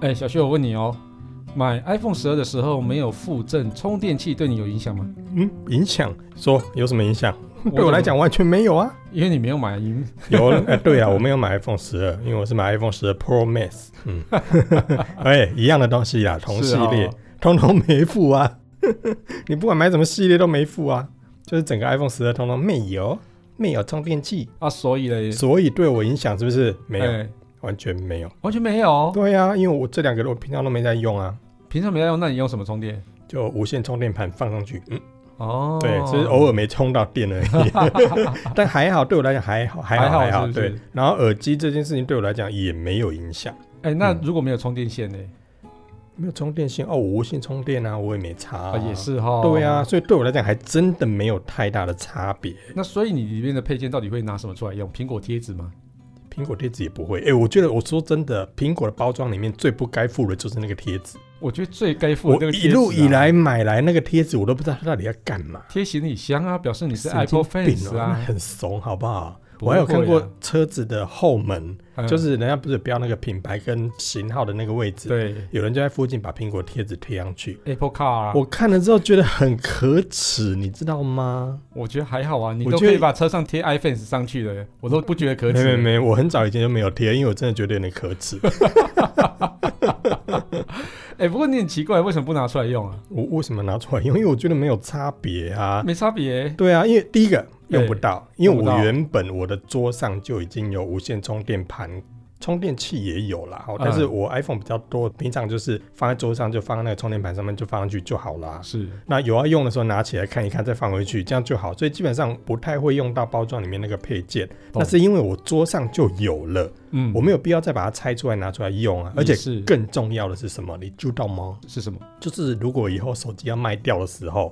哎，小旭，我问你哦，买 iPhone 十二的时候没有附赠充电器，对你有影响吗？嗯，影响说有什么影响？我对我来讲完全没有啊。因为你没有买银，有，哎，对啊，我没有买 iPhone 十二，因为我是买 iPhone 十二 Pro Max。嗯， 哎，一样的东西啊，同系列，是哦通通没付啊。你不管买什么系列都没付啊，就是整个 iPhone 十二通通没有，没有充电器，啊，所以嘞，所以对我影响是不是没有？哎完全没有。完全没有。对啊，因为我这两个我平常都没在用啊，平常没在用，那你用什么充电？就无线充电盘放上去，嗯，哦，对，只是偶尔没充到电 而已。但还好，对我来讲还好，还好，还好还好。是不是对，然后耳机这件事情对我来讲也没有影响。哎、那嗯如果没有充电线呢？没有充电线哦，我无线充电啊，我也没差、啊，也。是哈。对啊，。所以对我来讲还真的没有太大的差别。那所以你里面的配件到底会拿什么出来用？苹果贴纸吗？苹果贴纸也不会。哎、我觉得我说真的，苹果的包装里面最不该附的就是那个贴纸。我觉得最该付的我那个贴一纸啊路以来买来那个贴纸，我都不知道它到底要干嘛。贴行李箱啊，表示你是神 Apple 经病 fans 哦那啊。很怂好不好？不我会还啊有看过车子的后门，嗯就是人家不是标那个品牌跟型号的那个位置， 对有人就在附近把苹果贴纸贴上去。 Apple Car 啊。我看了之后觉得很可耻，你知道吗？我觉得还好啊，你我都觉可得以把车上贴 iPhone 上去了，我都不觉得可没没耻。没，我很早以前就没有贴，因为我真的觉得有点可 耻。哎、不过你很奇怪，为什么不拿出来用啊？我为什么拿出来用？因为我觉得没有差别啊。没差别。对啊，因为第一个用不到，因为用不我到原本我的桌上就已经有无线充电盘。充电器也有啦，哦嗯但是我 iPhone 比较多，平常就是放在桌上，就放在那个充电盘上面，就放上去就好啦。是，那有要用的时候拿起来看一看，再放回去，这样就好。所以基本上不太会用到包装里面那个配件，懂那是因为我桌上就有了，哦嗯我没有必要再把它拆出来拿出来用啊。而且也是更重要的是什么？你知道吗？是什么？就是如果以后手机要卖掉的时候，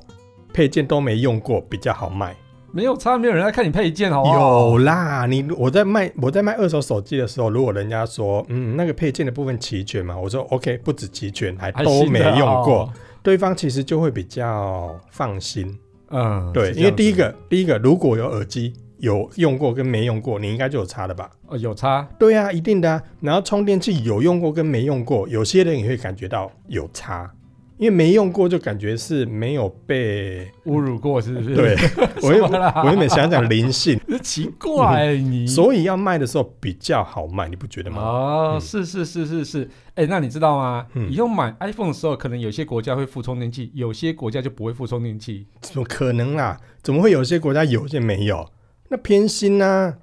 配件都没用过比较好卖。没有差，没有人来看你配件，好不好？有啦，你我在卖我在卖二手手机的时候，如果人家说嗯那个配件的部分齐全嘛，我说 OK 不止齐全，还还都新没的用过，哦对方其实就会比较放心。嗯，对，是这因为样子第一个第一个如果有耳机有用过跟没用过，你应该就有差的吧？哦有差，对啊，一定的、啊。然后充电器有用过跟没用过，有些人也会感觉到有差，因为没用过就感觉是没有 被侮辱过是不是？ 对，我什原么啦我原本想讲灵 性，奇怪 你。所以要卖的时候比较好卖，你不觉得吗？哦，嗯是是是是是，哎，那你知道吗？嗯以后买 iPhone 的时候，可能有些国家会附充电器，有些国家就不会附充电器。怎么可能啦？怎么会有些国家有有些没有？那偏心呐、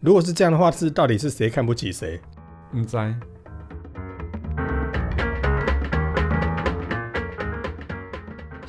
如果是这样的话，是到底是谁看不起谁？嗯，在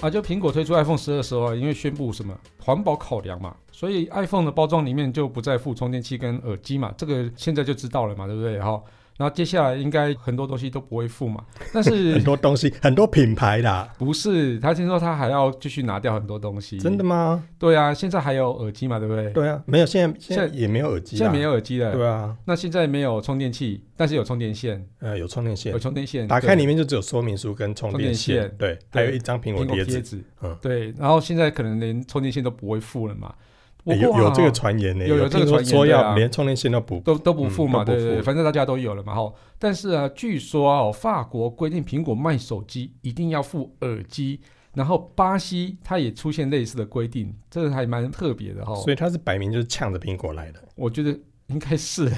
啊，就苹果推出 iPhone 十二的时候啊，因为宣布什么环保考量嘛，所以 iPhone 的包装里面就不再附充电器跟耳机嘛，这个现在就知道了嘛，对不对？哈，然后接下来应该很多东西都不会附嘛，但是很 多东西，很多品牌啦，不是他听说他还要继续拿掉很多东西，真的？吗？对啊，现在还有耳机嘛，对不对？对啊，没有，现在现在现也没有耳机现啦，在没有耳机了，对啊，那现在没有充电器，但是有充电线，呃，有充电线有，充电线，打开对里面就只有说明书跟充电线，充电线对，还有一张苹果苹果贴纸、贴纸，嗯对，然后现在可能连充电线都不会附了嘛。不欸有过啊有这个传言呢、有有这个听说传言说对要啊连充电线都不，都都不嗯付嘛，都对不对对，付反正大家都有了嘛，哈。但是啊，据说啊哦，法国规定苹果卖手机一定要付耳机，然后巴西它也出现类似的规定，这还蛮特别的哈。所以他是摆明就是呛着苹果来的，我觉得应 该是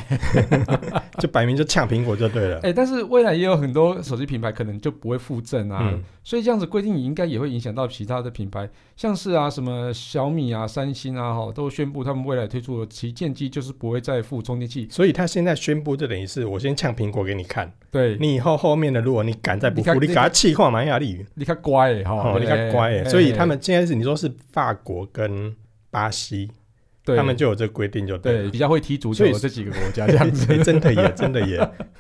哎、就摆明就呛苹果就对 了。哎但是未来也有很多手机品牌可能就不会附赠啊，嗯，所以这样子规定应该也会影响到其他的品牌，像是啊什么小米啊、三星啊，哈，都宣布他们未来推出的旗舰机就是不会再附充电器。所以他现在宣布，就等于是我先呛苹果给你看，对，你以后后面的如果你敢再不你看服，你给他气化玛雅利，你看乖欸哈、哦，你看乖欸耶。所以欸他们现在是你说是法国跟巴西，对他们就有这规定就对了。对比较会踢足球所以的这几个国家这 样子，欸真的也真的也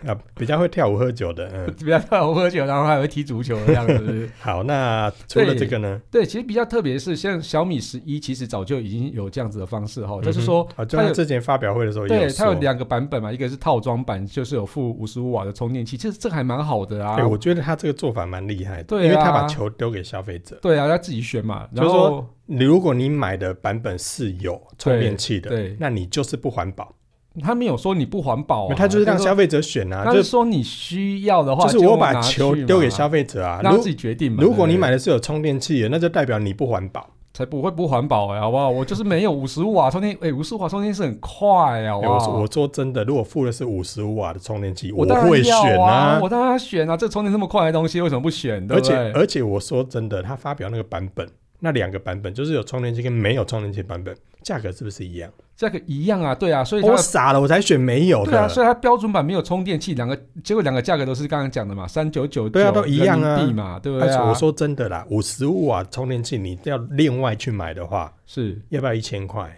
啊，比较会跳舞喝酒的。嗯，比较会喝酒，然后还会踢足球的这样子。好，那除了这个呢？ 对，其实比较特别的是，像小米十一其实早就已经有这样子的方式哈，哦就是说啊，就它像有之前发表会的时候也对，它说有。两个版本嘛，一个是套装版，就是有附五十五瓦的充电器，其实这还蛮好的啊哎，。我觉得他这个做法蛮厉害的，对啊因为他把球丢给消费者。对啊，要自己选嘛。然就是说后你如果你买的版本是有充电器的，对对那你就是不环保，他没有说你不环保啊，他就是让说消费者选啊，他就是说你需要的话，就是我把拿去球丢给嘛消费者啊。让他自如己决定嘛。如果你买的对不对是有充电器的，那就代表你不环保。才不会不环保哎、好不好？我就是没有五十瓦充电，哎、五十瓦充电是很快啊，好哎不我好？说我说真的，如果付的是五十五瓦的充电器，当然会要选啊，我当然要选啊，这充电那么快的东西为什么不选？对而不且呃对？而且我说真的，他发表那个版本，那两个版本就是有充电器跟没有充电器版本，价格是不是一样？价格一样啊，对啊，所以它、我傻了，我才选没有对的。啊，所以它标准版没有充电器，两个结果两个价格都是刚刚讲的嘛，三九九对啊都一样啊嘛，对不而对、且啊？我说真的啦，五十五瓦充电器你要另外去买的话，是要不要一千块？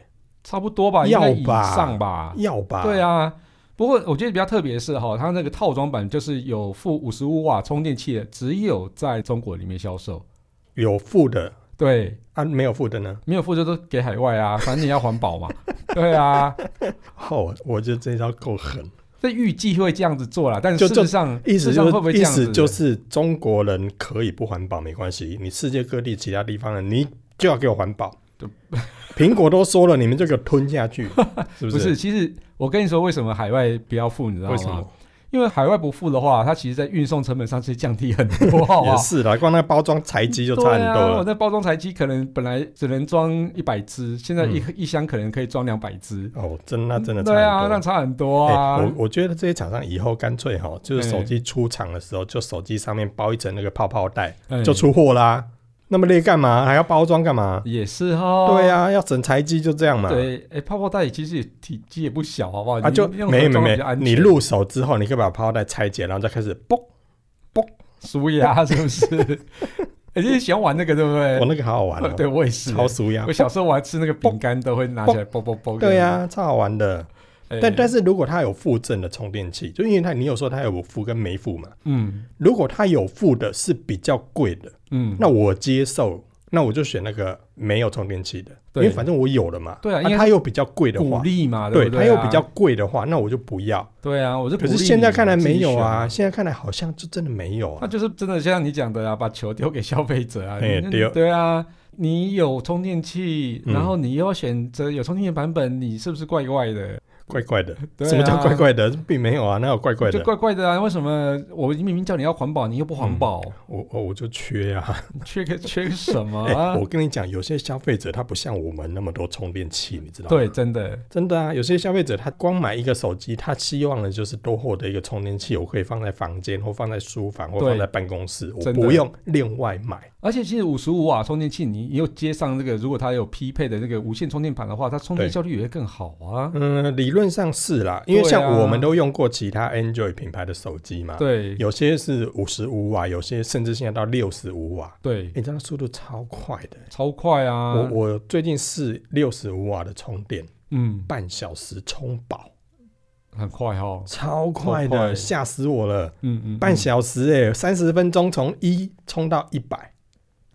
差不多吧，应要该以吧上吧，要吧？对啊，啊，不过我觉得比较特别的是哈，它那个套装版就是有附五十五瓦充电器的，只有在中国里面销售。有付的对，啊，没有付的呢？没有附就都给海外啊，反正你要环保嘛。 对啊，哦，我觉得这招够狠。这预计会这样子做啦，但就是事实上，意事思实上就是会不会这意样思子？就是中国人可以不环保没关系，你世界各地其他地方人你就要给我环保对。苹果都说了，你们就给我吞下 去，是不不是？其实我跟你说，为什么海外不要付，你知道为什吗么？？因为海外不付的话，它其实在运送成本上是降低很 多，好不也好？是啦，光那包装材机就差很对多啊，我了。那包装材机可能本来只能装一百只，现在一、一箱可能可以装两百只。哦，真嗯那真的差啊对啊，很那多。差很多哎啊。我我觉得这些厂商以后干脆哈，就是手机出厂的时候，就手机上面包一层那个泡泡袋，哎就出货啦。那么累干嘛？还要包装干嘛？也是哈。对啊，要整材机就这样嘛。哦对，哎、泡泡袋其实也体积也不小，好不好？啊，你就用没盒没装没比较，安你全入手之后，你可以把泡泡袋拆解，然后再开始嘣。舒压是不是？ 哎、你喜欢玩那个对不对？我那个好好玩哦， 对我也是、超舒压 我。小时候我还吃那个饼干都会拿 起来啵啵啵。对呀、超好玩的。哎，但但是如果它有附赠的充电器，就因为它你有说它有附跟没附嘛，嗯如果它有附的是比较贵的，嗯，那我接受，那我就选那个没有充电器的，因对为反正我有了嘛。对啊啊应该它又比较贵的鼓话，励嘛，对不它对？啊又比较，贵的话，那我就不要。对啊，我是。可是现在看来没有啊，，现在看来好像就真的没有那啊。就是真的像你讲的啊，把球丢给消费者啊。哎你对哦对啊，你有充电器，嗯然后你又要选择有充电器的版本，你是不是怪怪的？怪怪的，对啊什么叫怪怪的？ 并没有啊，哪有怪怪就的？怪怪的啊！为什么我明明叫你要环保，你又不环保？我哦我我就缺 啊！缺个缺个什么 哎、啊？我跟你讲，有些消费者他不像我们那么多充电器，你知道吗？嗯对，真的，真的啊，有些消费者他光买一个手机，他希望的就是多获得一个充电器，我可以放在房间或放在书房或对放在办公室，我真的不用另外买。而且其实五十五瓦充电器，你又接上这个，如果它有匹配的那个无线充电盘的话，它充电对效率也会更好啊。嗯，理论上是啦，因为对啊像我们都用过其他 Android 品牌的手机嘛，对嗯有些是五十五瓦，有些甚至现在到六十五瓦，对，你知道速度超快的。超快啊！我我最近试六十五瓦的充电，嗯，半小时充饱，很快哦。超快超快的，吓死我了！嗯嗯，半嗯小时哎、欸，三十分钟从一充到一百，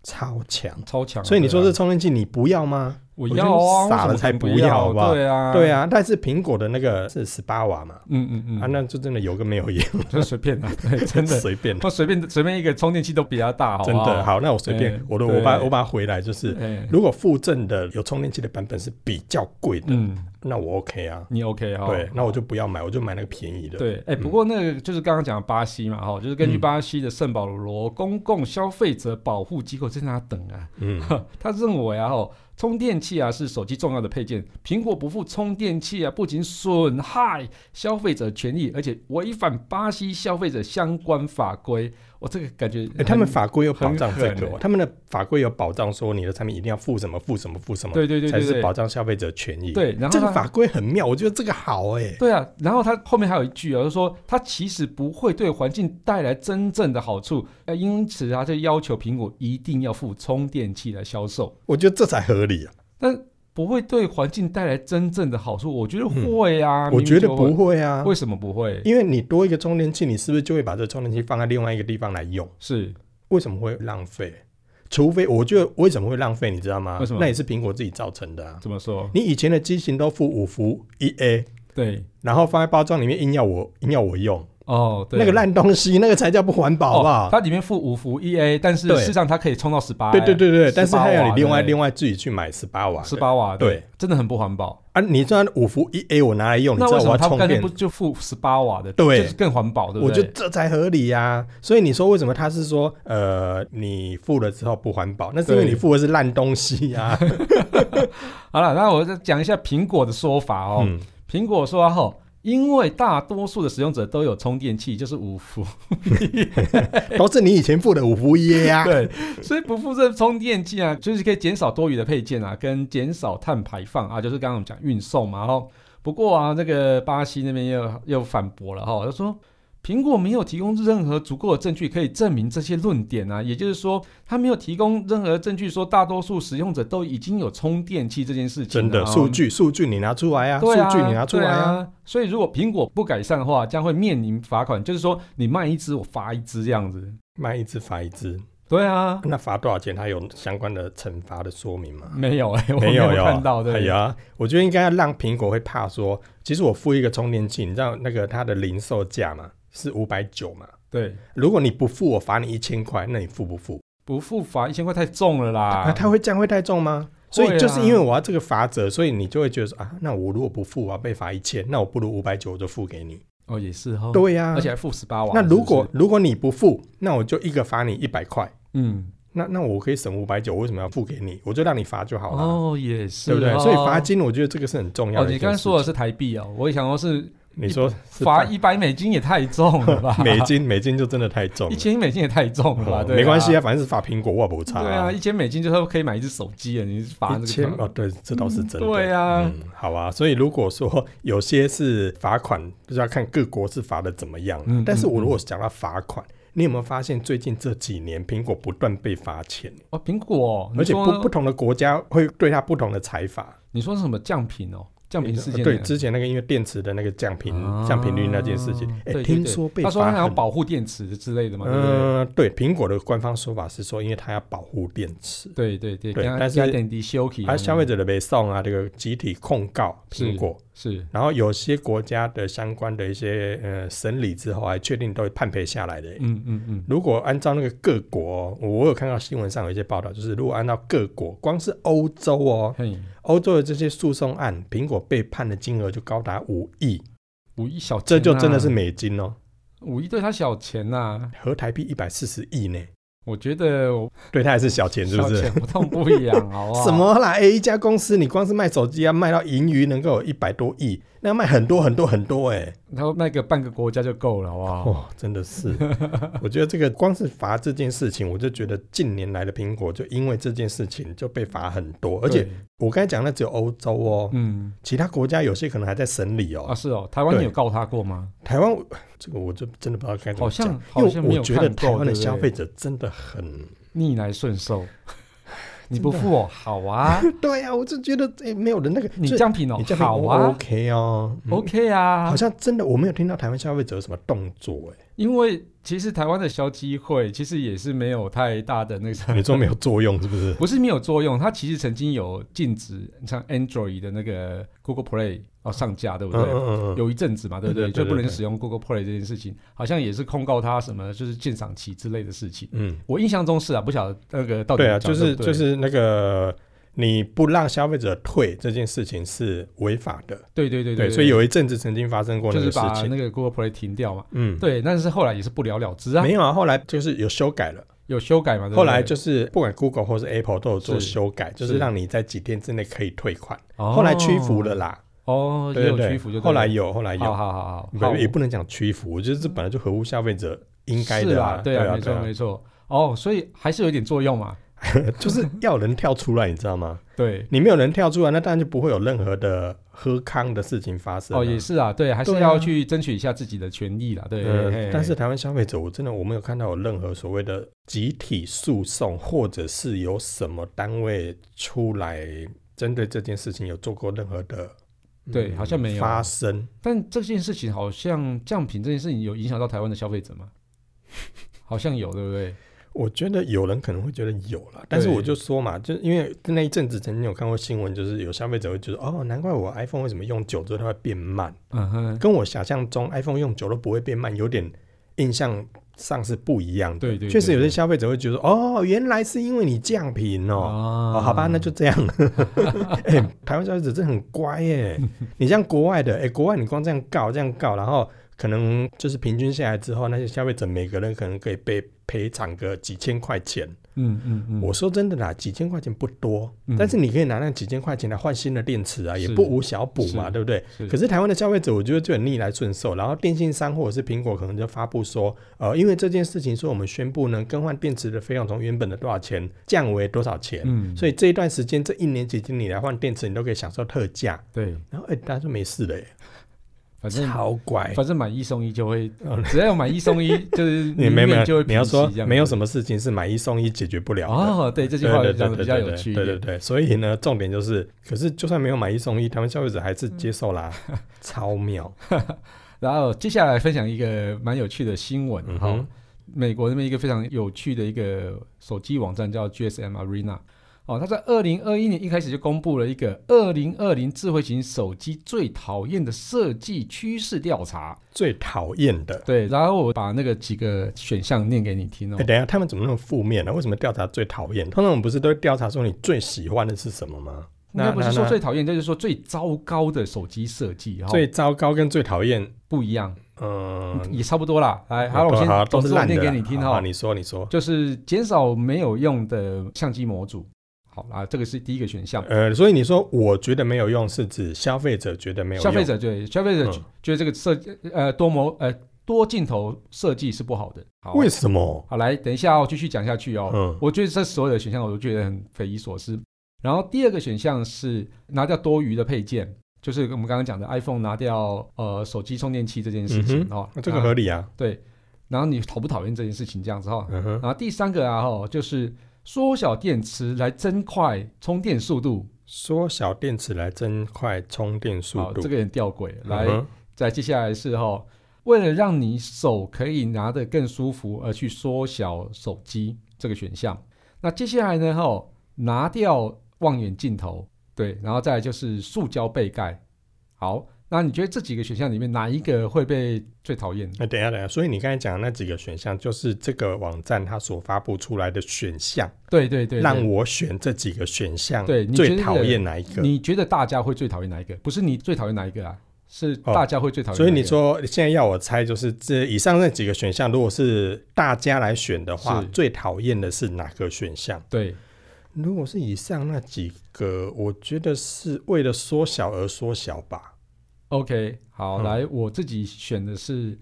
超强。超强啊。所以你说对这啊充电器你不要吗？我我觉得要啊，傻了为什么才不不要好不好对啊，对啊，啊，但是苹果的那个是十八瓦嘛，嗯嗯嗯，啊， 那就真的有跟没有一样，就随便啦，对， 真的，随便，他随便随便一个充电器都比较大，好不真的。好，那我随便哎，我的我把对我把它回来，就是哎，如果附赠的有充电器的版本是比较贵的，嗯，那我 OK 啊，你 OK 哈？对，那嗯我就不要买，我就买那个便宜的。哦对，哎、不过那个就是刚刚讲的巴西嘛，哈，就是嗯根据巴西的圣保罗公共消费者保护机构在那等啊， 嗯，他认为啊，哈，充电器啊是手机重要的配件，苹果不付充电器啊，不仅损害消费者权益，而且违反巴西消费者相关法规。我这个感觉很、哎他们法规有保障这很个狠哦欸，他们的法规有保障说你的产品一定要附什么附什么附什么，对对对才对是对保障消费者权益。对，然后这个他法规很妙，我觉得这个好哎、对啊，然后他后面还有一句啊，就是说他其实不会对环境带来真正的好处，呃，因此他就要求苹果一定要付充电器来销售。我觉得这才合理啊。但不会对环境带来真正的好处？我觉得会啊，嗯我明明觉得就不会啊，会，为什么不会？因为你多一个充电器，你是不是就会把这充电器放在另外一个地方来用？是为什么会浪费？除非我觉得为什么会浪费，你知道吗？为什么那也是苹果自己造成的啊。怎么说？你以前的机型都付五伏一 A， 对，然后放在包装里面，硬要我硬要我用，哦，对，那个烂东西，那个才叫不环保，好不好？哦它里面附五伏 EA，但是对事实上它可以充到十八。对对对对，但是18还要瓦你另外对另外自己去买十八瓦的，欸十八瓦，对，真的很不环保。啊，你这样五伏一 A 我拿来用，你那知为道什我要么他们充干脆电不，就付十八瓦的？对就是更环保，对不我觉对得？这才合理呀、啊所以你说为什么他是说呃你付了之后不环保？那是因为对你付的是烂东西啊呀、好了，那我再讲一下苹果的说法哦。嗯，苹果说哈、因为大多数的使用者都有充电器，就是五伏，都是你以前付的五伏一啊 A 呀、 对，啊所以不附赠充电器啊，就是可以减少多余的配件啊，跟减少碳排放啊，就是刚刚我们讲运送嘛。然后不过啊，那个巴西那边又又反驳了哈、他说。苹果没有提供任何足够的证据可以证明这些论点啊，也就是说，他没有提供任何证据说大多数使用者都已经有充电器这件事情、啊。真的数据数据你拿出来呀、对啊，数据你拿出来对呀、啊。所以如果苹果不改善的话，将会面临罚款，就是说你卖一只我罚一只这样子。卖一只罚一只，对啊，那罚多少钱？它有相关的惩罚的说明吗？没有哎、我没有有哟看到对。哎呀，我觉得应该要让苹果会怕说，其实我付一个充电器，你知道那个它的零售价嘛是五百九嘛，对，如果你不付，我罚你一千块，那你付不付？不付罚一千块太重了啊，啦。他会这样会太重吗？所以就是因为我要这个罚则，所以你就会觉得说啊，那我如果不付，我要被罚一千，那我不如五百九我就付给你。哦，也是哈、对呀、而且还付十八瓦。那如果是不如果你不付，那我就一个罚你一百块，是嗯，那那我可以省五百九，为什么要付给你？我就让你罚就好了，哦，也是、对哦，不对？所以罚。金，我觉得这个是很重要哦，的你一件事情。刚才说的是台币哦，我也想说是你说是？罚一百美金也太重了吧 美金，美金就真的太重了 一。千美金也太重了吧？哦对、没关系啊。啊，反正是罚苹果，我也不差、对啊，一千美金就是可以买一只手机了，你罚一这千个干嘛哦，对，这倒是真的。对啊嗯，好啊。所以如果说有些是罚款，就是要看各国是罚的怎么样啊、嗯但是嗯我如果讲到罚款，你有没有发现最近这几年苹果不断被罚钱，哦，苹果，你而且说啊不不同的国家会对它不同的裁罚。呃你说是什么降频哦？降频事件对那个之前那个因为电池的那个降频、啊降频率那件事情，哎、对对听对说被他罚说他想要很保护电池之类的嘛，对不对？嗯、对，苹果的官方说法是说，因为它要保护电池。对对对，对给他但是加点滴休息，而消费者的被送啊，这个集体控告嗯是苹果，是然后有些国家的相关的一些呃审理之后，还确定都会判赔下来的。嗯嗯嗯，如果按照那个各国、哦，我有看到新闻上有一些报道，就是如果按照各国，光是欧洲哦，嘿，欧洲的这些诉讼案，苹果被判的金额就高达五亿，五亿小钱啊，这就真的是美金哦，五亿对他小钱呐，合台币一百四十亿呢，我觉得我对，它还是小钱，是小不是？钱不痛不痒，好不 好？什？么啦？哎、一家公司你光是卖手机要卖到盈余能够有一百多亿，那要卖很多很多很多哎、他卖个半个国家就够了，好不好？哦，真的 是，我觉得这个光是罚这件事情，我就觉得近年来的苹果就因为这件事情就被罚很多，而且对，我刚才讲的只有欧洲哦，嗯其他国家有些可能还在审理哦。啊是哦，台湾对有告他过吗？台湾这个我就真的不知道该怎好么讲，像因好像没为有我觉得看台过，湾对的不消对费者真的很，逆来顺 受，你不付哦，好啊，对啊，我就觉得哎、没有人那个，你就降频哦你，这样好啊 OK 哦、嗯，OK 啊，好像真的我没有听到台湾消费者有什么动作哎、因为其实台湾的消基会其实也是没有太大的那个， 你说哎没有作用是不是？不是没有作用，它其实曾经有禁止像 Android 的那个 Google Play 哦上架，对不对？嗯有一阵子嘛，对不对对？对对就不能对使用 Google Play 这件事情，好像也是控告它什么就是鉴赏期之类的事情。嗯，我印象中是啊，不晓得那个到底对啊，讲就得是不就对是那个你不让消费者退这件事情是违法的，对对对对，所以有一阵子曾经发生过那就是个事把情，那个 Google Play 停掉嘛，嗯，对，但是后来也是不了了之啊没，有啊，后来就是有修改了，有修改嘛，对不对后来就是不管 Google 或是 Apple 都有做是修改，就是是让你在几天之内可以退款，哦后来屈服了啦，哦，也对有对屈对服就对了后来有，后来好有，好好好，不好也不能讲屈服，我觉得这本来就合乎消费者应该是的啦，对对啊，啊，没对错啊没错。哦，所以还是有一点作用嘛。就是要人跳出来，你知道吗？对，你没有人跳出来，那当然就不会有任何的喝康的事情发生啊、哦，也是啊，对，还是对啊要去争取一下自己的权益啦。对，嘿嘿呃，但是台湾消费者，我真的我没有看到有任何所谓的集体诉讼，或者是有什么单位出来针对这件事情有做过任何的嗯对好像没有啊发生。但这件事情好像降频这件事情有影响到台湾的消费者吗？好像有，对不对？我觉得有人可能会觉得有了，但是对我就说嘛，就因为那一阵子曾经有看过新闻，就是有消费者会觉得哦，难怪我 iPhone 为什么用久之后它会变慢，嗯哼，跟我想象中 iPhone 用久了不会变慢，有点印象上是不一样的。对对，确实有些对消费者会觉得哦，原来是因为你降频哦。啊哦，好吧，那就这 样。哎、台湾消费者真的很乖耶！你像国外的，哎、国外你光这样告这样告，然后可能就是平均下来之后，那些消费者每个人可能可以被赔偿个几千块钱。嗯嗯嗯，我说真的啦，几千块钱不多，嗯但是你可以拿那几千块钱来换新的电池啊，也是不无小补嘛，是对不对？是可是台湾的消费者，我觉得就很逆来顺受。然后电信商或者是苹果可能就发布说，呃，因为这件事情，所以我们宣布呢，更换电池的费用从原本的多少钱降为多少钱。嗯，所以这一段时间，这一年期间你来换电池，你都可以享受特价。对，然后哎、大家说没事了耶，反正超乖。反正买一送一就会哦，只要有买一送一，就是 你没有没面就有，会你要说没有么什么事情是买一送一解决不了的。哦，对，这句话讲的比较有趣一对对点。对，所以呢，重点就是，可是就算没有买一送一，他们消费者还是嗯接受 啦，超妙。然后接下来分享一个蛮有趣的新闻嗯哈、哼，美国那边一个非常有趣的一个手机网站叫 GSM Arena。哦，它在二零二一年一开始就公布了一个二零二零智慧型手机最讨厌的设计趋势调查。最讨厌的，对，然后我把那个几个选项念给你听哦哎、。等一下，他们怎么那么负面呢、啊为什么调查最讨厌？通常我们不是都会调查说你最喜欢的是什么吗？那那不是那说那最讨厌，就是说最糟糕的手机设计哈，最糟糕跟最讨厌，不一样，嗯，也差不多啦。来，好好了，我好先，都总是之我烂的念啦。给你听哦好哈好。你说，你说，就是减少没有用的相机模组。好啊，这个是第一个选项。呃，所以你说，我觉得没有用，是指消费者觉得没有消用，费者对消费者嗯觉得这个设计呃多模呃多镜头设计是不好的。好，为什么？好来，等一下哦，继续讲下去哦。嗯我觉得这所有的选项我都觉得很匪夷所思。然后第二个选项是拿掉多余的配件，就是我们刚刚讲的 iPhone 拿掉呃手机充电器这件事情、嗯哦那，这个然后合理啊，对。然后你讨不讨厌这件事情这样子哈、哦？嗯哼，然后第三个啊，吼，就是缩小电池来增快充电速度。缩小电池来增快充电速好，度，哦这个很吊诡。来，嗯哼再接下来是吼，为了让你手可以拿得更舒服而去缩小手机这个选项。那接下来呢，吼，拿掉望远镜头，对，然后再来就是塑胶背盖。好，那你觉得这几个选项里面哪一个会被最讨厌？哎那等一下，等一下，所以你刚才讲的那几个选项，就是这个网站它所发布出来的选项，对对对对让我选这几个选项，对你觉最得讨厌哪一个？你觉得大家会最讨厌哪一个？不是你最讨厌哪一个啊，是哦大家会最讨厌、所以你，说现在要我猜，就是这以上那几个选项，如果是大家来选的话是，最讨厌的是哪个选项？对，如果是以上那几个，我觉得是为了缩小而缩小吧。 OK，好，嗯来，我自己选的是，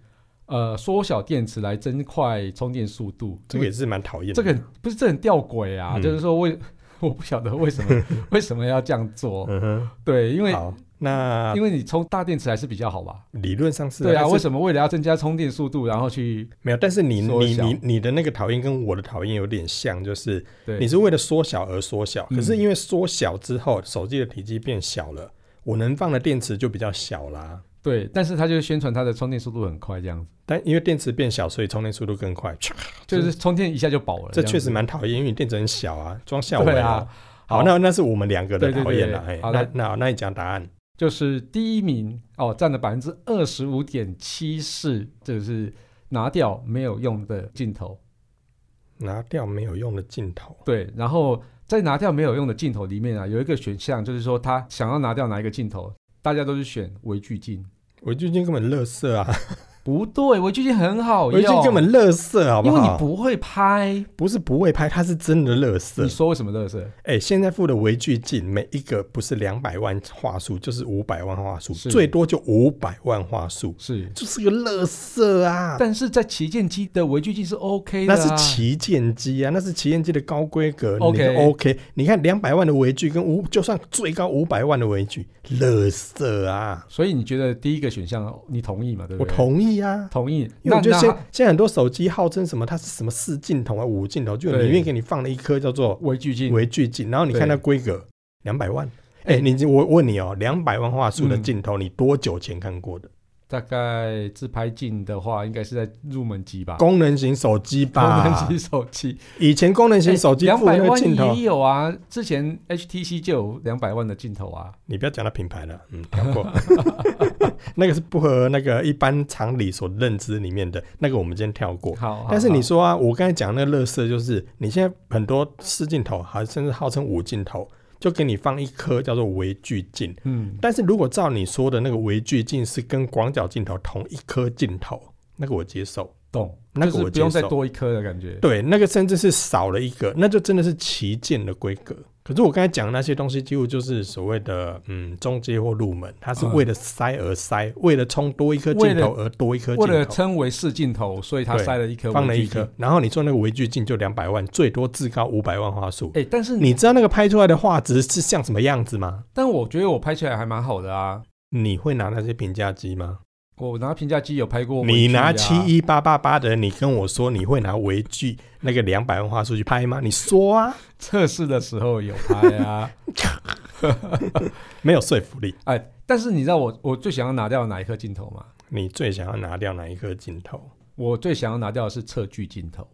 呃，缩小电池来增快充电速度。这个也是蛮讨厌的。这个不是这很吊诡啊，嗯就是说为我不晓得为什么为什么要这样做。嗯哼，对，因为好，那因为你充大电池还是比较好吧？理论上是对啊，但是为什么为了要增加充电速度，然后去没有？但是你缩你小你你的那个讨厌跟我的讨厌有点像，就是对你是为了缩小而缩小，嗯可是因为缩小之后，手机的体积变小了，我能放的电池就比较小啦。对？但是他就宣传它的充电速度很快，这样子，但因为电池变小，所以充电速度更快。就是充电一下就饱了。这样确实子蛮讨厌，因为你电池很小啊，装下尾对啊。好，那那是我们两个的对对讨厌了。对哎，好那来那那你讲答案。就是第一名哦，占了百分之二十五点七四，就是拿掉没有用的镜头。拿掉没有用的镜头，对，然后在拿掉没有用的镜头里面啊，有一个选项就是说他想要拿掉哪一个镜头，大家都是选微距镜。我最近根本乐色啊！不对，微距镜很好我用，最近根本乐色，好不因为你好？不会拍，不是不会拍，它是真的乐色你。说为什么乐色？哎、现在付的微距镜，每一个不是两百万画素，就是五百万画素，是最多就五百万画素，是，就是个乐色啊！但是在旗舰机的微距镜是 OK 的、那啊，是旗舰机啊，那是旗舰机的高规格你 OK 就 OK，你看两百万的微距跟五，就算最高五百万的微距，乐色啊！所以你觉得第一个选项你同意嘛？对不我对？同意啊，同意。因为那我觉得那现它现在很多手机号称什么它是什么四镜头啊、五镜头，就对里面给你放了一颗叫做微距镜微距镜，然后你看它对规格两百万，哎、你我问你哦，两百万画素的嗯镜头，你多久前看过的？大概自拍镜的话，应该是在入门级 吧，功能型手机功能吧，机手机。 哎以前功能型手机两附百那个镜万头也，有啊，之前 HTC 就有两百万的镜头啊。你不要讲到品牌了，嗯，跳过。 那个是不合那个一般常理所认知里面的，那个我们今天跳过。好，好但是好你说啊，我刚才讲那个乐色，就是你现在很多四镜头，还甚至号称五镜头，就给你放一颗叫做微距镜。嗯，但是如果照你说的那个微距镜是跟广角镜头同一颗镜头，那个我接受。懂，那个就是我不用接再受多一颗的感觉。对，那个甚至是少了一个，那就真的是旗舰的规格。可是我刚才讲的那些东西，几乎就是所谓的嗯中阶或入门，它是嗯为了塞而塞，为了充多一颗镜头而多一颗嗯为了镜头，称为四镜头，所以它对塞了一颗放微了距一颗镜。。然后你做那个微距镜就两百万，最多至高五百万画素。哎、但是你知道那个拍出来的画质是像什么样子吗？但我觉得我拍起来还蛮好的啊。你会拿那些评价机吗？我拿评价机有拍过、啊你拿七一，一八八八的，你跟我说你会拿微距那个两百万画素去拍吗？你说啊，测试的时候有拍啊。 没有说服力。但是你知道我我最想要拿掉哪一颗镜头吗？你最想要拿掉哪一颗镜头？我最想要拿掉的是测距镜头、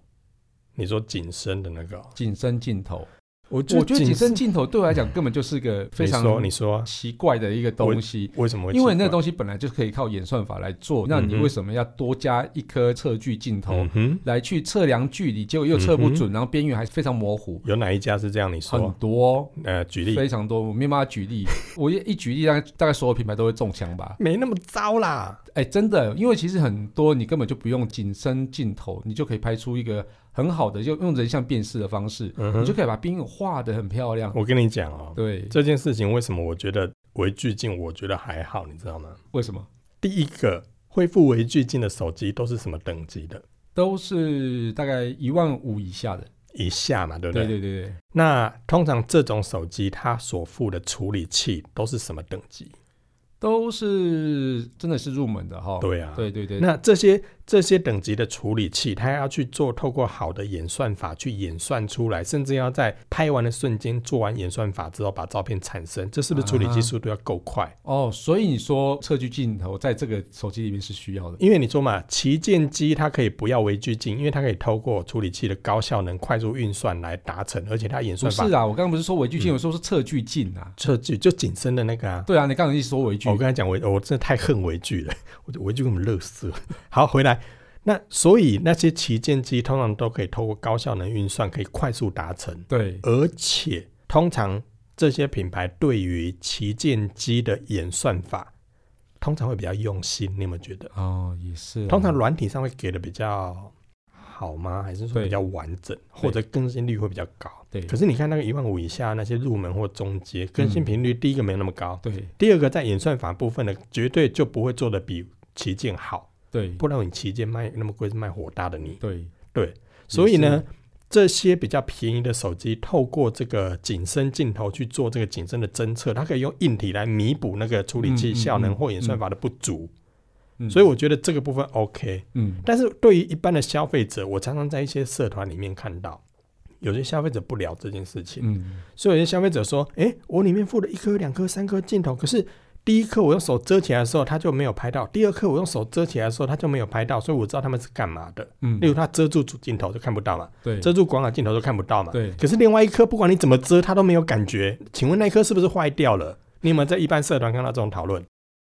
你说紧身的那个哦、景深镜头。我我觉得景深镜头对我来讲根本就是个非常你说你说啊奇怪的一个东西。为什么会奇怪？因为那个东西本来就可以靠演算法来做，那你嗯哼为什么要多加一颗测距镜头嗯哼，来去测量距离？结果又嗯测不准，然后边缘还非常模糊，有哪一家是这样？你很说，多哦、呃，举例非常多，我没办法举 例。我一一举例，大概大概所有品牌都会中枪吧？没那么糟啦。哎，真的，因为其实很多你根本就不用景深镜头，你就可以拍出一个很好的，就用人像辨识的方式，嗯你就哼，可以把边缘画得很漂亮。我跟你讲哦，对，这件事情为什么我觉得微距镜，我觉得还好，你知道吗？为什么？第一个，恢复微距镜的手机都是什么等级的？都是大概一万五以下的。以下嘛，对不对对？对对对，那通常这种手机它所附的处理器都是什么等级？都是真的是入门的哈。对啊，对对对，那这些这些等级的处理器，它要去做透过好的演算法去演算出来，甚至要在拍完的瞬间做完演算法之后把照片产生，这是不是处理啊器速度要够快？哦，所以你说测距镜头在这个手机里面是需要的。因为你说嘛，旗舰机它可以不要微距镜，因为它可以透过处理器的高效能快速运算来达成，而且它演不算嗯是法啊，我刚刚不是说微距镜，我说是测距镜啊。测距就紧身的那个啊。对啊，你刚刚一直说微距哦我，跟他讲微，我真的太恨微距了，我就微距给我们乐死了。好，回来。那所以那些旗舰机通常都可以透过高效能运算，可以快速达成。对，而且通常这些品牌对于旗舰机的演算法，通常会比较用心。你有没有觉得？哦，也是啊。通常软体上会给的比较好吗？还是说对比较完整，或者更新率会比较高？对可是你看那个一万五以下那些入门或中阶，更新频率第一个没那么高，对第二个在演算法部分的绝对就不会做的比旗舰好，对不然你旗舰卖那么贵是卖火大的你。对对，所以呢，这些比较便宜的手机，透过这个景深镜头去做这个景深的侦测，它可以用硬体来弥补那个处理嗯嗯器效能嗯或演算法的不足。嗯所以我觉得这个部分 OK。嗯但是对于一般的消费者，我常常在一些社团里面看到，有些消费者不聊这件事情，嗯，所以有些消费者说：“诶，我里面附了一颗、两颗、三颗镜头，可是第一颗我用手遮起来的时候，它就没有拍到；第二颗我用手遮起来的时候，它就没有拍到，所以我知道他们是干嘛的。嗯例如，它遮住主镜头就看不到嘛，对遮住广角镜头就看不到嘛。对可是另外一颗，不管你怎么遮，它都没有感觉。请问那一颗是不是坏掉了？你有没有在一般社团看到这种讨论？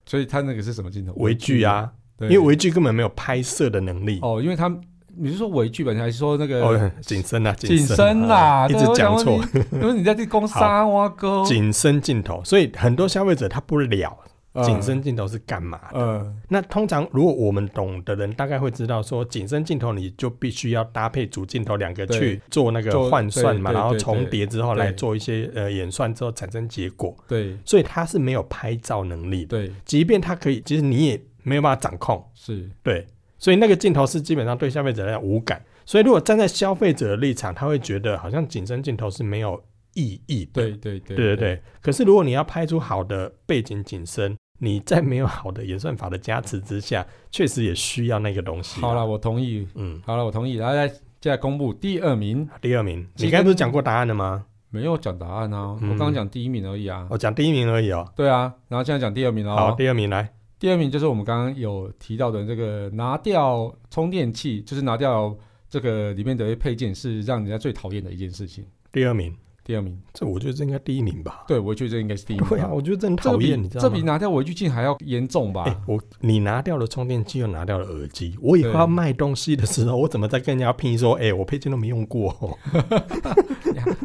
所以它那个是什么镜头？微距，啊，嗯因对为微距根本没有拍摄的能力。哦，因为它你是说微距吧？你还是说那个哦，景深啊，景深啊深啦？一直对啊我讲想说错，你，因为你在这攻沙挖沟，景深镜头，所以很多消费者他不了嗯景深镜头是干嘛的。呃，那通常如果我们懂的人，大概会知道说，景深镜头你就必须要搭配主镜头两个对去做那做个换算嘛，对对然后对重叠之后对来做一些呃演算之后产生结果，对所以它是没有拍照能力的。对即便它可以，其实你也没有办法掌控。是，对，所以那个镜头是基本上对消费者来讲无感。所以如果站在消费者的立场，他会觉得好像景深镜头是没有意义的。对对对对对对。可是如果你要拍出好的背景景深，你在没有好的演算法的加持之下，确实也需要那个东西。啊好了，，我同意，嗯，好了，我同意，然后来接下来公布第二名，第二名，这个你刚才不是讲过答案了吗？没有讲答案啊，嗯我刚刚讲第一名而已啊。我讲第一名而已哦。对啊，然后现在讲第二名了。好，，第二名来，第二名就是我们刚刚有提到的这个拿掉充电器，就是拿掉这个里面的配件，是让人家最讨厌的一件事情。第二名，第二名，这我觉得这应该第一名吧。对我觉得这应该是第一名吧。对啊，我觉得这很这个讨比厌，你知道这比吗？拿掉违约金还要严重吧？哎、我你拿掉了充电器，又拿掉了耳机，我以后对要卖东西的时候，我怎么再跟人家拼说，哎、我配件都没用过、哦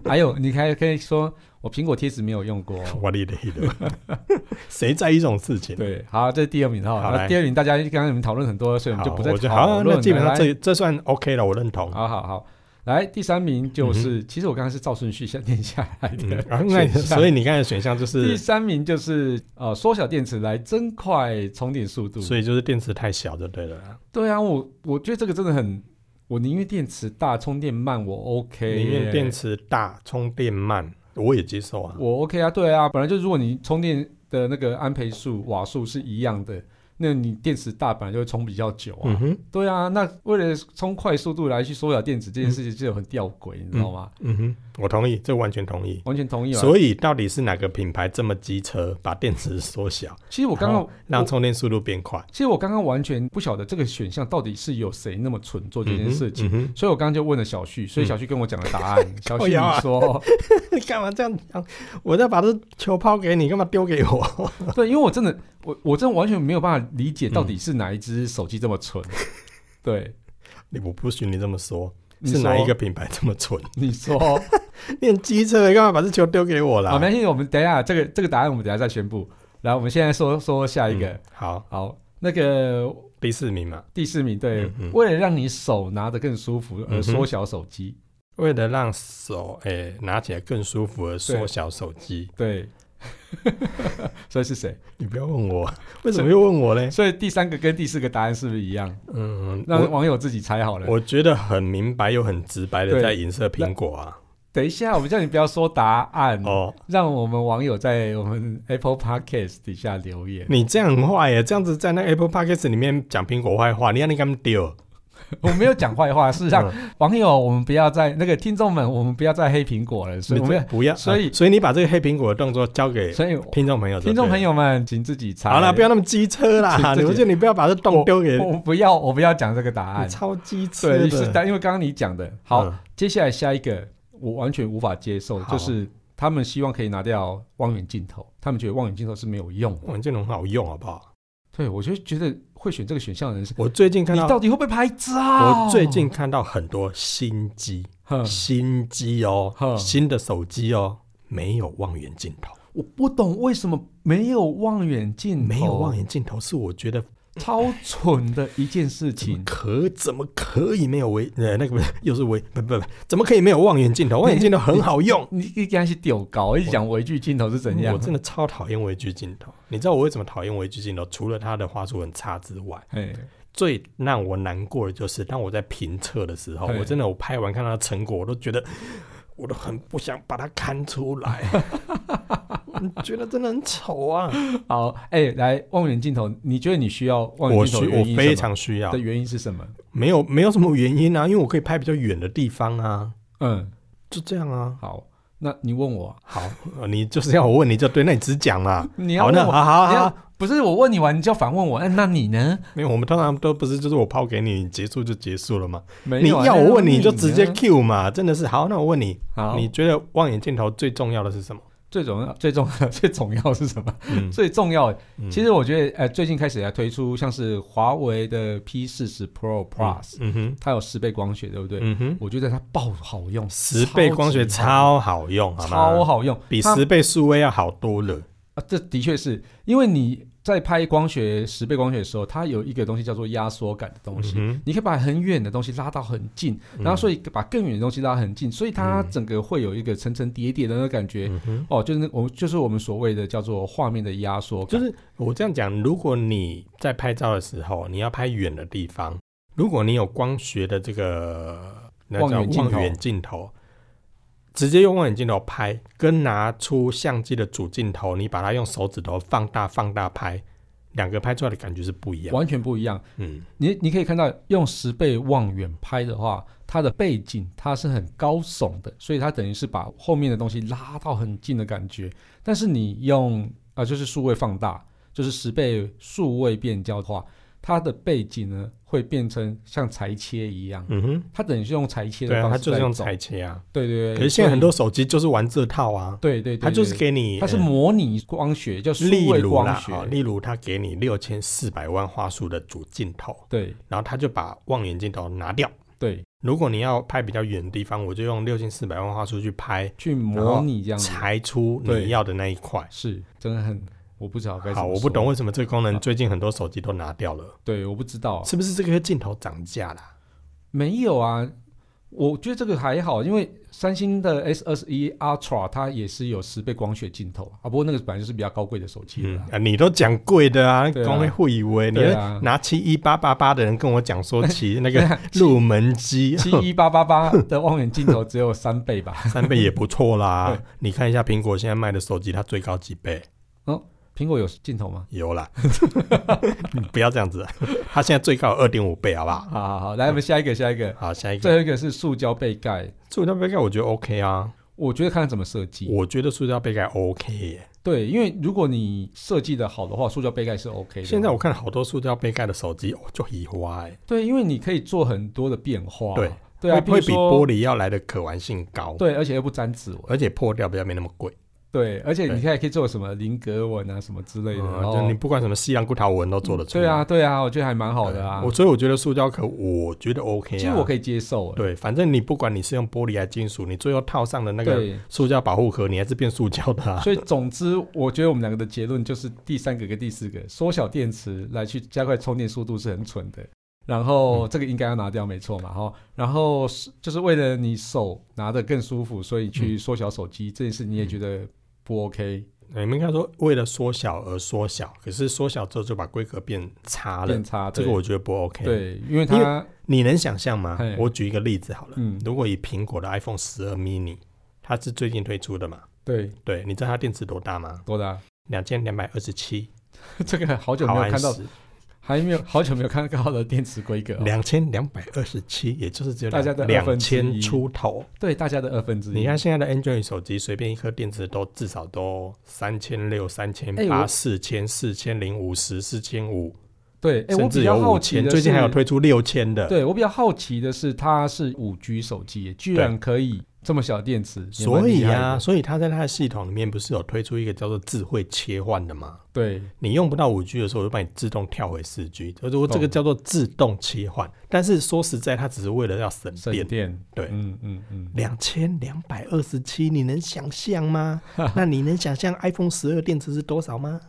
还有，你还可以说我苹果贴纸没有用过。哦我哩嘞的， 谁在意这种事情？，对，好，这是第二名哈。好那来第二名大家刚刚你们讨论很多，所以我们就不再我就讨好，论那了。基本上来这这算 OK 了，我认同。好好好，来第三名就是，其实我刚刚是照顺序先念下来嗯的。，啊那哎选项所以你刚才的选项就第是，三名就是呃，缩小电池来增快充电速度。所以就是电池太小就对了啦，对啊，我我觉得这个真的很，我宁愿电池大，充电慢，我 OK 耶。宁愿电池大，充电慢，我也接受啊。我 OK 啊，对啊，本来就如果你充电的那个安培数、瓦数是一样的，那你电池大本来就会充比较久啊。嗯哼，对啊，那为了充快速度来去缩小电池这件事情，就很吊诡，你知道吗？嗯哼，我同意，这完全同意。完全同意啊。所以到底是哪个品牌这么机车，把电池缩小，其实我刚然刚后，让充电速度变快？其实我刚刚完全不晓得这个选项到底是有谁那么蠢做这件事情。嗯哼，嗯所以我刚刚就问了小旭，所以小旭跟我讲了答案。 小旭靠嗯腰啊你说，哼 你干嘛这样讲？我再把这球抛给你，干嘛丢给我？ 对，因为我真的，我我真的完全没有办法理解到底是哪一只手机这么 蠢。对，你我不许你这么说，你是哪说一个？品牌这么蠢？ 你说。练机车，干嘛把这球丢给我啦？哦好，没关系，我们等一下这个这个答案我们等一下再宣布。来，我们现在说说下一个。嗯好，好，那个第四名嘛。第四名，对，嗯嗯为了让你手拿得更舒服嗯而哼缩小手机。为了让手诶、拿起来更舒服而缩小手机，对， 所以是谁？你不要问 我，为什么又问我嘞？所以第三个跟第四个答案是不是一样？嗯，让我网友自己猜好了。我觉得很明白又很直白的对在影射苹果啊。等一下，我们叫你不要说答案，哦，让我们网友在我们 Apple Podcast 底下留言。 你这样很坏耶，这样子在那个 Apple Podcast 里面讲苹果坏话，你让你干嘛丢？嗯我没有讲坏话，事实啊上，网友我们不要再那个听众们，我们不要再黑苹果了，所以你我们这要。不要，所以啊所以你把这个黑苹果的动作交给所以听众朋友，听众朋友，友们，请自己猜。好了，不要那么机车 啦，请自你己我觉得你不要把这洞丢给我不要，我不要讲这个答你案。超机车对，是的。但因为刚刚你讲的。好，嗯，接下来下一个我完全无法接受，好就是他们希望可以拿掉望远镜头，他们觉得望远镜头是没有用的。我们这种很好用，好不好？对，我就觉得会选这个选项的人是，我最近看你到到底会不会拍照？啊我最近看到很多新机，哼，新机哦，哼新的手机哦，没有望远镜头，我不懂为什么没有望远镜头，没有望远镜头是我觉得超蠢的一件事怎么情。可怎么可以没有微嗯呃那个 不是又是微不不不怎么可以没有望远 镜头？望远镜头很好用，你你刚才是丢高，一直讲微距镜头是怎样？我真的超讨厌微距镜头。你知道我为什么讨厌微距镜头？除了它的画质很差之外，哎，最让我难过的就是当我在评测的时候，对我真的我拍完看到成果，我都觉得我都很不想把它看出来， 我觉得真的很丑啊！好，哎，来望远镜头，你觉得你需要望我远镜头需我的原因是什么？非常需要的，原因是什么？没有没有什么原因啊，因为我可以拍比较远的地方啊，嗯，就这样啊。好，那你问我，好，呃你就是要我问你就对，那你只讲嘛。你要好，问那我，好好你好要，不是我问你完，你就要反问我，那那你呢？没有，我们通常都不是就是我抛给你，你结束就结束了嘛。没你有啊要我问你就直接那呢 Q 嘛，真的是好。那我问你，好，你你觉得望远镜头最重要的是什么？最重要、最重要、 最重要是什么？嗯，最重要，嗯其实我觉得，呃，最近开始来推出像是华为的 P 四十 Pro Plus，嗯哼，它有十倍光学，对不对？嗯哼，我觉得它爆好用，十倍光学超好用，好吗？超好用，比它十倍数位要好多了。啊，这的确是因为你在拍光学十倍光学的时候，它有一个东西叫做压缩感的东西。嗯你可以把很远的东西拉到很近，嗯然后所以把更远的东西拉很近，所以它嗯整个会有一个层层叠叠的那个感觉。嗯哼，哦，就是那我们就是我们所谓的叫做画面的压缩感，就是我这样讲，如果你在拍照的时候，你要拍远的地方，如果你有光学的这个那叫望远镜头望远镜头，直接用望远镜头拍，跟拿出相机的主镜头，你把它用手指头放大放大拍，两个拍出来的感觉是不一样。完全不一样。嗯，你你可以看到，用十倍望远拍的话，它的背景它是很高耸的，所以它等于是把后面的东西拉到很近的感觉。但是你用啊、就是数位放大，就是十倍数位变焦的话，它的背景呢会变成像裁切一样，嗯哼，它等于是用裁切对啊，的方它式就是在用走。裁切啊。对对对。可是现在很所多以手机就是玩这套啊，对对对，它就是对给你，它是嗯模拟光学，叫数例位如光啦，学。哦例如它给你六千四百万画素的主镜头，对然后它就把望远镜头拿掉。对，如果你要拍比较远的地方，我就用六千四百万画素去拍，去然后模拟这样子，裁出对你要的那一块。是真的很，我不知道该怎好，么我不说懂为什么这个功啊能最近很多手机都拿掉了，对，我不知道，是不是这个镜头涨价啦？没有啊。我觉得这个还好，因为三星的 S 二十一 Ultra 它也是有十倍光学镜头啊，不过那个本来就是比较高贵的手机了嗯啦、啊，你都讲贵的啊，对啊光会会以为你对啊拿七一八八八的人跟我讲 说骑那个入门机 七一八八八的望远镜头只有三倍吧？三倍也不错啦对。你看一下苹果现在卖的手机，它最高几倍？苹果有镜头吗？有啦， 你不要这样子，它现在最高二点五倍，好不好？好好好，来我们下一个，下一个，好，下一个最后一个是塑胶杯盖，塑料杯盖，我觉得 OK 啊，我觉得看怎么设计。我觉得塑料杯盖 OK 耶。对，因为如果你设计的好的话，塑胶杯盖是 OK 的。现在我看好多塑料杯盖的手机，哦，就移花哎，对，因为你可以做很多的变化。对对啊，会会比玻璃璃要来的可玩性高，，对，而且又不沾指纹。而且破掉比较没那么贵。对，而且你对现在可以做什么菱格纹啊，什么之类的。嗯然就后你不管什么西洋骨条纹都做得出来。对啊，对啊，我觉得还蛮对，好的啊。我所以我觉得塑胶壳，我觉得 OK 啊。其实我可以接受。对，反正你不管你是用玻璃还是金属，你最后套上的那个对，塑胶保护壳，你还是变塑胶的啊。 所以总之，我觉得我们两个的结论就是第三个跟第四个，缩小电池来去加快充电速度是很蠢的。然嗯后这个应该要拿掉，没错嘛，哈。然后是就是为了你手拿的更舒服，所以去缩小手机、这件事，你也觉得不 OK，你们应该说为了缩小而缩小，可是缩小之后就把规格变差了变，差。啊这个对我觉得不 OK。，对，因为因为它你能想象吗嘿？我举一个例子好了，嗯，如果以苹果的 iPhone 十二 mini，它是最近推出的嘛？对对，你知道它电池多大吗？多大？两千两百二十七 这个好久毫没有安看到时，还没有好久没有看到的电池规格、哦，两千两百二十七，也就是只有大家的二分两之一千出头。对大家的二分之一。你看，现在的 Android 手机，随便一颗电池都至少都三千六、三千哎八、我四千、四千零五十、四千五，对，哎，我甚比至较有好五奇的千。是，最近还有推出六千的， 对我比较好奇的是，它是五 G 手机耶，居然可以这么小电池，也蛮所以厉害的啊，所以它在它的系统里面不是有推出一个叫做智慧切换的吗？对你用不到五 G 的时候，我就把你自动跳回四 G，就是我这个懂叫做自动切换。但是说实在，它只是为了要省省电。电，对嗯嗯嗯，两千两百二十七，你能想象吗？ 那你能想象 iPhone 十二电池是多少吗？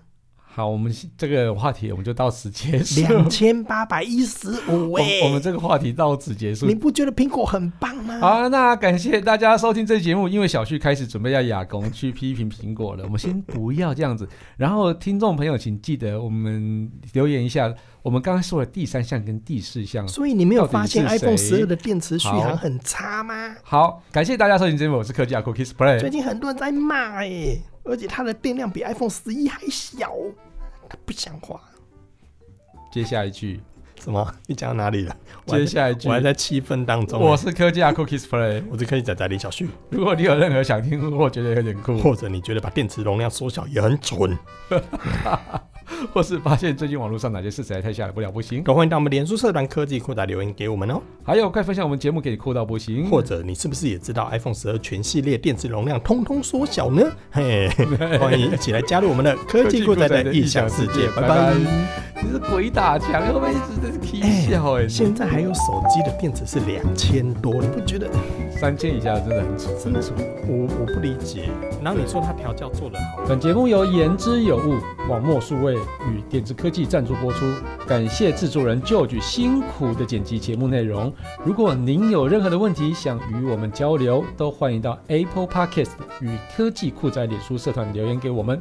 好，我们这个话题我们就到此结束， 两千八百一十五啊我哎！我们这啊个话题到此结束你。不觉得苹果很棒吗？好，那感谢大家收听这期节目。因为小旭开始准备要亚工去批评苹果了，我们先不要这样子。然后，听众朋友，请记得我们留言一下，我们刚刚说的第三项跟第四项。所以你没有发现到底是 iPhone 十谁二的电池续好航很差吗？好，感谢大家收听这期节目，我是科技阿 c o Kiss Play。最近很多人在骂哎、而且它的电量比 iPhone 十一还小，它不像话。接下一句，什么？你讲到哪里了？我还接在下一句我，还在气愤当中欸。我是科技阿 c o Kiss Play。我是科技仔仔李小旭，如果你有任何想听，或觉得有点 酷，或者你觉得把电池容量缩小也很蠢，或是发现最近网络上哪些事实在太下了不了不行，都欢迎到我们脸书社团科技库仔留言给我们哦。还有快分享我们节目给你酷到不行，或者你是不是也知道 iPhone 十二全系列电池容量通通缩小呢？ 嘿，欢迎一起来加入我们的科技酷仔的异想世界，拜拜。你是鬼打墙，会不会一直在哎踢笑、欸？哎，现在还有手机的电池是两千多，你不觉得三千以下真的很蠢。真的是我我不理解？然后你说它调教做得好，本节目由言之有物、网墨数位与点子科技赞助播出，感谢制作人 George 辛苦的剪辑节目内容。如果您有任何的问题想与我们交流，都欢迎到 Apple Podcast 与科技酷宅脸书社团留言给我们。